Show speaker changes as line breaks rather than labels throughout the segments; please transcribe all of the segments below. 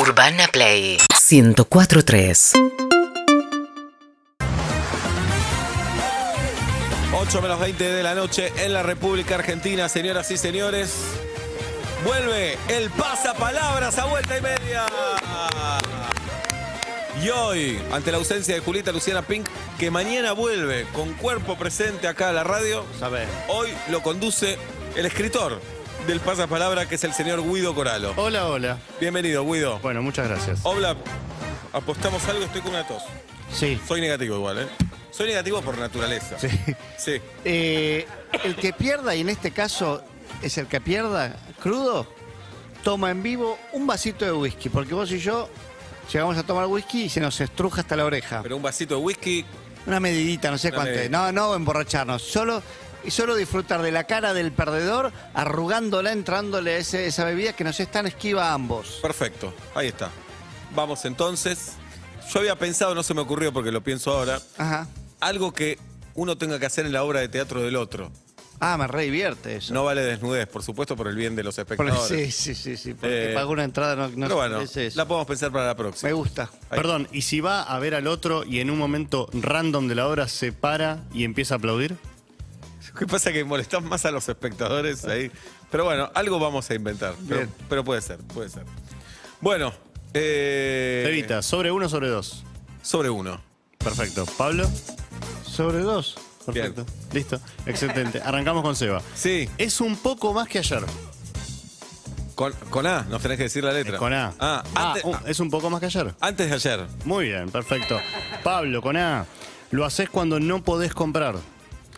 Urbana Play 1043.
8 menos 20 de la noche en la República Argentina, señoras y señores. Vuelve el pasapalabras a vuelta y media. Y hoy, ante la ausencia de Julieta Luciana Pink, que mañana vuelve con cuerpo presente acá a la radio,
Sabés.
hoy lo conduce el escritor del pasapalabra, que es el señor Guido Coralo.
Hola, hola.
Bienvenido, Guido.
Bueno, muchas gracias.
Hola, apostamos algo, estoy con una tos.
Sí.
Soy negativo igual, ¿eh? Soy negativo por naturaleza.
sí.
Sí.
Eh, el que pierda, y en este caso es el que pierda, crudo, toma en vivo un vasito de whisky, porque vos y yo llegamos a tomar whisky y se nos estruja hasta la oreja.
Pero un vasito de whisky,
Una medidita, no sé
Una
cuánto. es.
medida.
No, no emborracharnos. Solo, y solo disfrutar de la cara del perdedor, arrugándola, entrándole ese- esa bebida que nos es tan esquiva a ambos.
Perfecto, ahí está. Vamos entonces. Yo había pensado, no se me ocurrió porque lo pienso ahora,
Ajá.
algo que uno tenga que hacer en la obra de teatro del otro.
Ah, me re divierte eso.
No vale desnudez, por supuesto, por el bien de los
Por-
espectadores.
sí, sí, sí, sí. Porque
Eh,
pago una entrada, no, no
Pero bueno,
es eso.
la podemos pensar para la
Me
próxima.
gusta.
Ahí.
Perdón, ¿y si va a ver al otro y en un momento random de la obra se para y empieza a aplaudir?
¿Qué pasa que molestás más a los espectadores ahí? Pero bueno, algo vamos a inventar. Pero,
Bien.
pero puede ser, puede ser. Bueno, eh,
Evita, ¿sobre uno o sobre dos?
sobre uno.
Perfecto. ¿Pablo?
Sobre dos.
Perfecto. Listo. Excelente. Arrancamos con Seba.
Sí,
Es un poco más que ayer.
con, con A, nos tenés que decir la letra.
Es con A.
Ah,
Ah,
antes,
uh.
un- es un poco más que ayer.
antes de ayer.
Muy bien, perfecto. Pablo, con A. Lo haces cuando no podés comprar.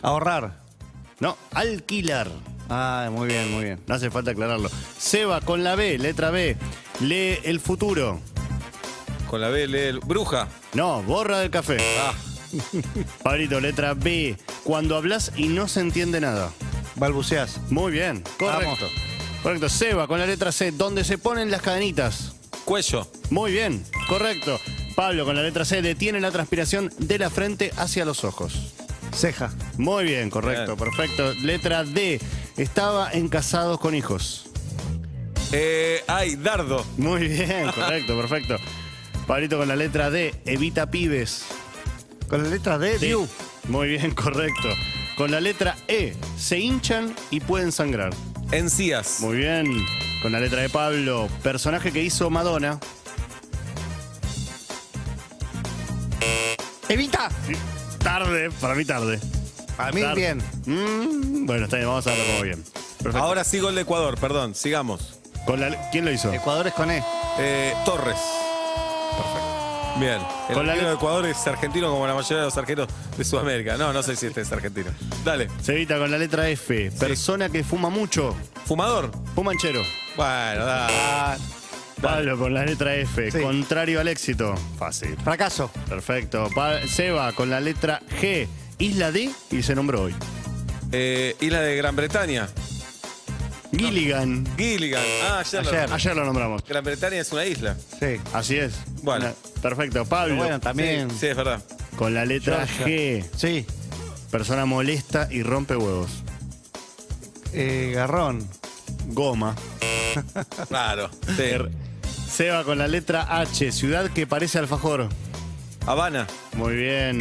Ahorrar.
No, alquilar.
Ah, muy bien, muy bien.
No hace falta aclararlo. Seba, con la B, letra B. Lee el futuro.
Con la B, lee el- Bruja.
No, borra del café.
Ah.
Pablito, letra B. Cuando hablas y no se entiende nada.
Balbuceás.
Muy bien, correcto.
Vamos.
Correcto, Seba con la letra C, donde se ponen las cadenitas.
Cuello.
Muy bien, correcto. Pablo con la letra C detiene la transpiración de la frente hacia los ojos.
Ceja.
Muy bien, correcto, perfecto. Letra D, estaba en casados con hijos.
Eh, ay, dardo.
Muy bien, correcto, perfecto. Pablito con la letra D, evita pibes.
Con la letra D,
Sí.
Diu.
Muy bien, correcto. Con la letra E, se hinchan y pueden sangrar.
Encías.
Muy bien, con la letra de Pablo, personaje que hizo Madonna.
¡Evita!
Tarde, para mí tarde.
A mí
Tarde.
bien.
Mm, bueno, está bien, vamos a verlo como bien. Perfecto.
Ahora sí gol de Ecuador, perdón, sigamos.
Con la- ¿Quién lo hizo?
Ecuador es con E.
Eh, Torres. Bien. El
Con la
arquero
le-
de Ecuador es argentino como la mayoría de los arqueros de Sudamérica. No, no sé si este es argentino. Dale.
Cevita con la letra F, persona que fuma mucho.
¿Fumador?
Fumanchero.
Bueno, da.
Ah. Pablo con la letra F,
Sí.
contrario al éxito. Fácil.
Fracaso.
Perfecto. Pa- Seba con la letra G, isla D y se nombró hoy.
Eh, Isla de Gran Bretaña.
Gilligan.
Gilligan. Ah, ayer. lo-
Ayer.
Ayer lo nombramos.
Gran Bretaña es una isla.
Sí.
Así es.
Bueno.
Una- Perfecto. Pablo
Pero bueno, también.
Sí, es verdad.
con la letra
Georgia.
G.
Sí.
Persona molesta y rompe huevos.
Eh, garrón.
Goma.
Claro. Sí.
Er- Seba con la letra H, ciudad que parece alfajor.
Habana.
Muy bien.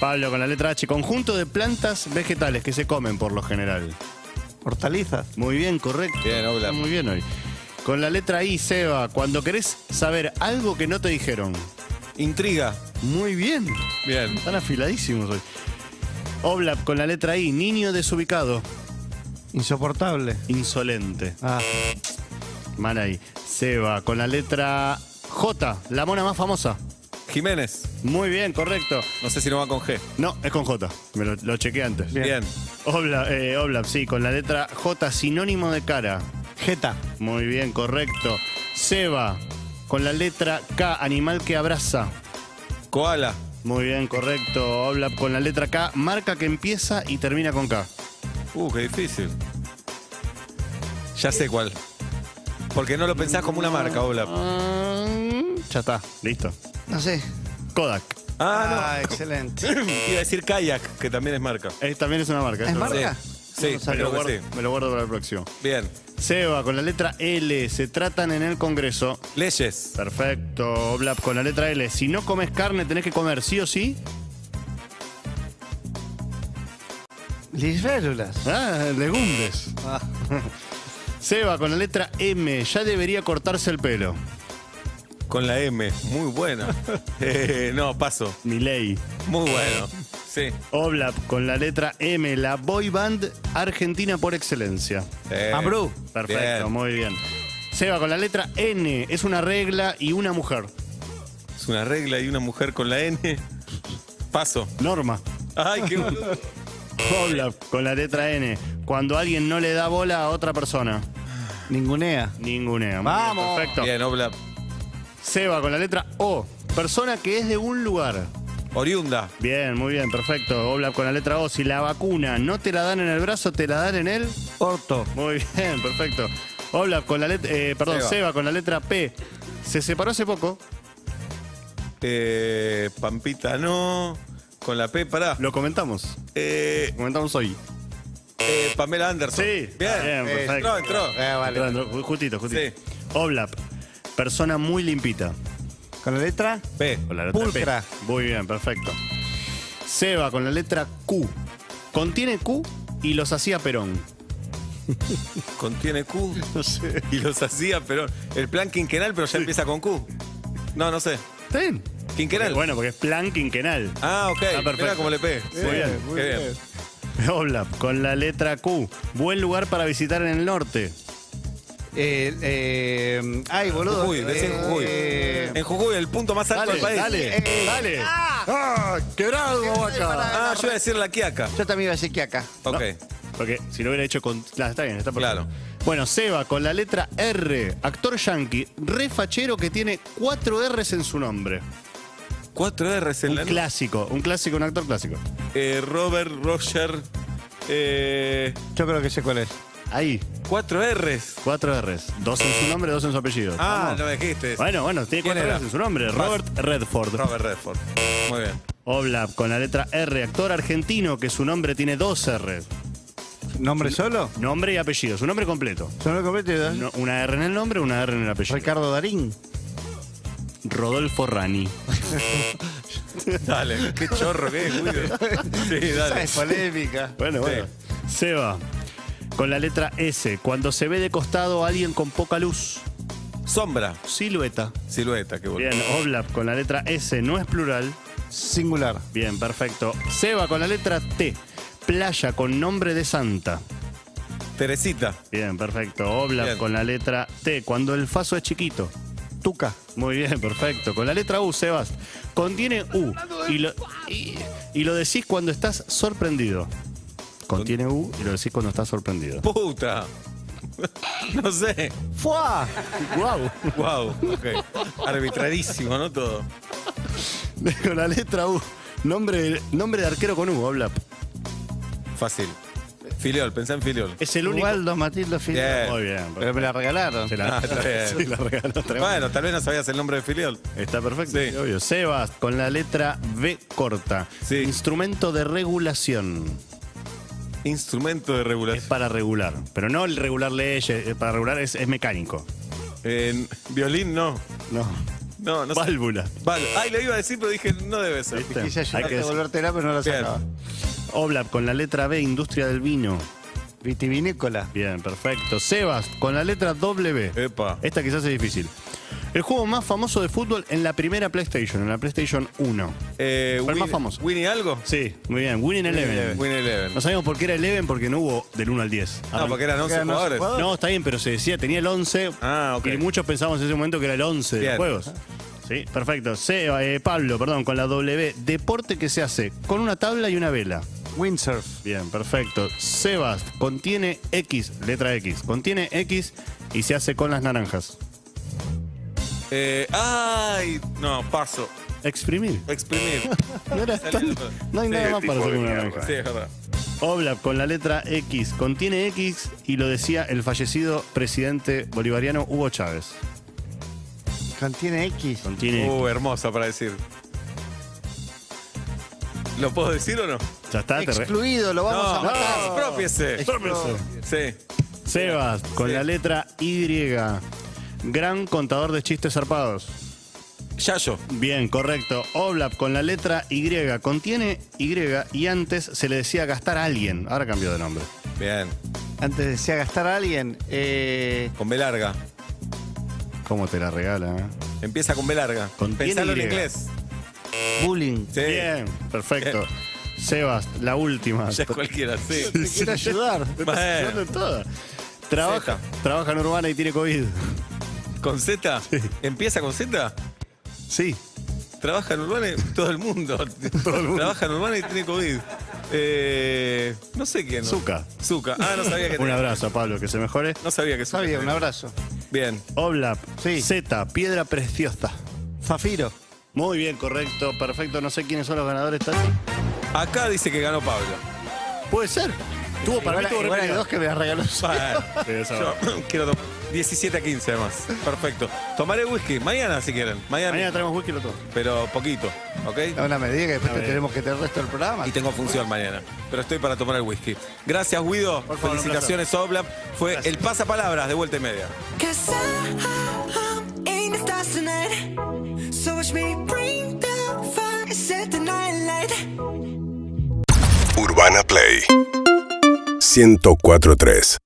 Pablo con la letra H, conjunto de plantas vegetales que se comen por lo general.
Hortalizas.
Muy bien, correcto.
Bien, Oblap.
Está Muy bien hoy. Con la letra I, Seba, cuando querés saber algo que no te dijeron.
Intriga.
Muy bien.
Bien.
Están afiladísimos hoy. Oblap con la letra I, niño desubicado,
Insoportable.
insolente.
Ah,
Mal ahí. Seba con la letra J, la mona más famosa.
Jiménez.
Muy bien, correcto.
No sé si no va con G.
No, es con J. Me lo, lo chequeé antes.
Bien.
Bien.
Obla, eh, Oblap, sí, con la letra J, sinónimo de cara.
jeta.
Muy bien, correcto. Seba, con la letra K, animal que abraza.
Koala.
Muy bien, correcto. Oblap, con la letra K, marca que empieza y termina con K.
Uh, qué difícil. Ya sé cuál. Porque no lo pensás como una marca, Ola. Ah,
Ah. Ya está, listo.
No sé.
Kodak.
Ah,
excelente.
no. Iba a decir kayak, que también es marca.
Eh, también es una marca.
¿Es
eso
marca?
Sí. Sí,
no
Me
sabía.
creo
lo,
que
guardo,
sí.
me lo guardo para el próximo.
Bien.
Seba, con la letra L, se tratan en el Congreso.
Leyes.
Perfecto. Oblap, con la letra L, si no comes carne, tenés que comer sí o sí.
Libélulas.
Ah, legumbres.
Ah.
Seba, con la letra M, ya debería cortarse el pelo.
Con la M. Muy buena. Eh, no, paso.
Milei.
Muy bueno. Sí.
Oblap, con la letra M, la boy band argentina por excelencia.
Eh,
Ambrú.
Perfecto,
Bien.
muy bien. Seba, con la letra N, es una regla y una mujer.
Es una regla y una mujer con la N. Paso.
Norma.
Ay, qué boludo.
Oblap, con la letra N, cuando alguien no le da bola a otra persona.
Ningunea.
Ninguna. Muy bien,
Vamos.
Perfecto.
Bien, obla.
Seba, con la letra O, persona que es de un lugar.
Oriunda.
Bien, muy bien, perfecto. Oblap con la letra O. Si la vacuna no te la dan en el brazo, te la dan en el.
Orto.
Muy bien, perfecto. Oblap con la letra. perdón,
Seba.
Seba. con la letra P. Se separó hace poco.
Eh, Pampita, no. Con la P, pará.
Lo comentamos.
Eh,
Lo comentamos hoy.
eh, Pamela Anderson.
Sí.
Bien.
Bien,
Eh,
perfecto.
Entró, entró.
Eh,
Entró,
vale.
entró, ju- Justito, justito.
Sí.
Oblap. Persona muy limpita.
Con la letra
B.
Con la letra
Pulcra.
P. Muy bien, perfecto. Seba con la letra Q. Contiene Q y los hacía Perón.
Contiene Q.
No sé.
Y los hacía, pero. El plan quinquenal, pero ya empieza con Q. No, no sé.
¿Está bien?
Quinquenal.
Bueno, porque es plan quinquenal.
Ah, ok. Mira
perfecto.
cómo le pegué.
Muy bien,
Qué bien.
Oblap, con la letra Q. Buen lugar para visitar en el norte.
Eh, eh, ay, boludo.
Jujuy, decí en
Eh,
Jujuy.
eh,
En Jujuy, el punto más alto
Dale,
del país.
dale,
Eh,
dale. ¡Ah! ¡Quebrado, vaca!
Ah, yo iba a decir la Quiaca.
Yo también iba a decir que acá.
Ok.
Porque si lo hubiera hecho con. Claro, está bien, está perfecto.
Claro.
Bueno, Seba, con la letra R. Actor yankee, refachero que tiene cuatro R's en su nombre.
Cuatro R's en
Un
la noche.
clásico, un clásico, un actor clásico.
Eh, Robert, Roger. Eh,
Yo creo que sé cuál es.
Ahí,
cuatro R's.
cuatro R's. Dos en su nombre, dos en su apellido.
Ah,
Vamos.
no me dijiste.
Bueno, bueno, tiene
¿Quién
cuatro
era?
R's en su nombre.
Vas.
Robert Redford.
Robert Redford. Muy bien.
Oblap, con la letra R. Actor argentino que su nombre tiene dos R's.
¿Nombre solo?
Nombre y apellido, su nombre completo.
¿Solo completo? y dos.
No, una R en el nombre, una R en el apellido.
Ricardo Darín.
Rodolfo Rani.
Dale, qué chorro que es, Guido. Sí,
Esa
dale.
es polémica.
Bueno, bueno. Seba, con la letra S. Cuando se ve de costado alguien con poca luz.
Sombra,
Silueta.
silueta, qué bueno.
Bien, Oblap con la letra S no es plural.
Singular.
Bien, perfecto. Seba con la letra T. Playa con nombre de santa.
Teresita,
Bien, perfecto. Oblap
Bien.
con la letra T. Cuando el faso es chiquito.
Tuca.
Muy bien, perfecto. Con la letra U, Sebas. Contiene U. Y lo, y, y lo decís cuando estás sorprendido. Contiene U y lo decís cuando estás sorprendido.
puta. No sé.
¡Fua!
¡Wow!
Wow, ok. Arbitrarísimo, ¿no? Todo.
con la letra U. Nombre, nombre de arquero con U, Oblap.
Fácil. Filiol, pensá en Filiol.
Es el único.
Ubaldo Matildo Fidel.
Bien.
Muy bien.
Pero me la regalaron.
Se la,
Ah, está bien.
se la regaló tremendo.
Bueno, tal vez no sabías el nombre de Filiol.
Está perfecto,
Sí.
sí, obvio. Sebas, con la letra B corta.
Sí.
Instrumento de regulación.
Instrumento de
Es
regulación.
para regular. Pero no el regular leyes, eh, para regular es, es mecánico.
En violín, no.
No.
No, no sé.
Válvula.
Vale. Ay, lo iba a decir, pero dije, no debe ser.
¿Viste?
Quise
Hay
ayudarte
que
a
decir-
devolvértela, pero no la
Bien.
sacaba.
Oblap con la letra B, industria del vino.
Vitivinícola.
Bien, perfecto. Sebas con la letra W.
Epa.
Esta quizás es difícil. El juego más famoso de fútbol en la primera PlayStation, en la PlayStation 1.
Eh,
Fue el más
Winnie-
famoso.
¿Winnie algo?
Sí, muy bien. Winning Eleven.
Win Eleven.
No sabemos por qué era Eleven porque no hubo del 1 al 10.
No, Ah, porque eran 11
Eran once
jugadores.
jugadores.
No, está bien, pero se decía, tenía el 11.
Ah, ok.
Y muchos pensábamos en ese momento que era el 11 de
Bien.
los juegos. Sí, perfecto. Seba, eh, Pablo, perdón, con la W. Deporte que se hace con una tabla y una vela.
Windsurf.
Bien, perfecto. Sebas contiene X, letra X, contiene X y se hace con las naranjas.
Eh, ay, no, paso.
Exprimir.
Exprimir.
No, era tan- no hay nada más para hacer con una naranja.
Sí, es verdad.
Oblap con la letra X, contiene X y lo decía el fallecido presidente bolivariano Hugo Chávez.
Contiene X.
Contiene
Uh, hermosa para decir. ¿Lo puedo decir o no?
Ya está, Ah, te re-
Excluido, lo vamos
No,
a matar.
no, expropiese.
Expropiese.
Sí.
Sebas, con
Sí.
la letra Y. Gran contador de chistes zarpados.
Yayo.
Bien, correcto. Oblap con la letra Y. Contiene Y y antes se le decía gastar a alguien. Ahora cambió de nombre.
Bien.
Antes decía gastar a alguien. eh,
Con B larga.
¿Cómo te la regala? eh?
Empieza con B larga.
Contiene
Pensalo en
Y.
inglés.
bullying.
Sí.
Bien, perfecto. Sebas, la última.
Ya es cualquiera, sí.
Te quiero ayudar.
Me estás
Bueno.
ayudando en todas. Trabaja,
Zeta.
trabaja en Urbana y tiene COVID.
¿Con Z? ¿Empieza con Z?
Sí.
Trabaja en Urbana y todo el mundo. Trabaja en Urbana y tiene COVID. Eh, no sé quién.
Zucca.
Zucca. Ah, no sabía que
Un
tenía.
abrazo a Pablo, que se mejore.
No sabía que Zucca
Sabía, un
tenía.
abrazo.
Bien.
Oblap,
Sí.
Z, piedra preciosa.
Zafiro.
Muy bien, correcto, perfecto. No sé quiénes son los ganadores. Tati.
Acá dice que ganó Pablo.
Puede ser. Tuvo para mí
Igual,
tuvo
igual hay
remedio.
dos que me la regaló.
Bueno,
Sí, esa
yo
va.
quiero tomar 17 a 15 además. Perfecto. Tomaré whisky mañana si quieren. Mañana.
Mañana traemos whisky los dos.
Pero poquito, ¿ok?
A una medida que después
A
te
ver.
tenemos que tener el resto del programa.
Y tengo función mañana. Pero estoy para tomar el whisky. Gracias, Guido.
Por favor, un
Felicitaciones, Oblap. Fue el pasapalabras de vuelta y media.
Cause I, I, ain't the stars tonight. So watch me bring the fire, set the night light.
Urbana Play 1043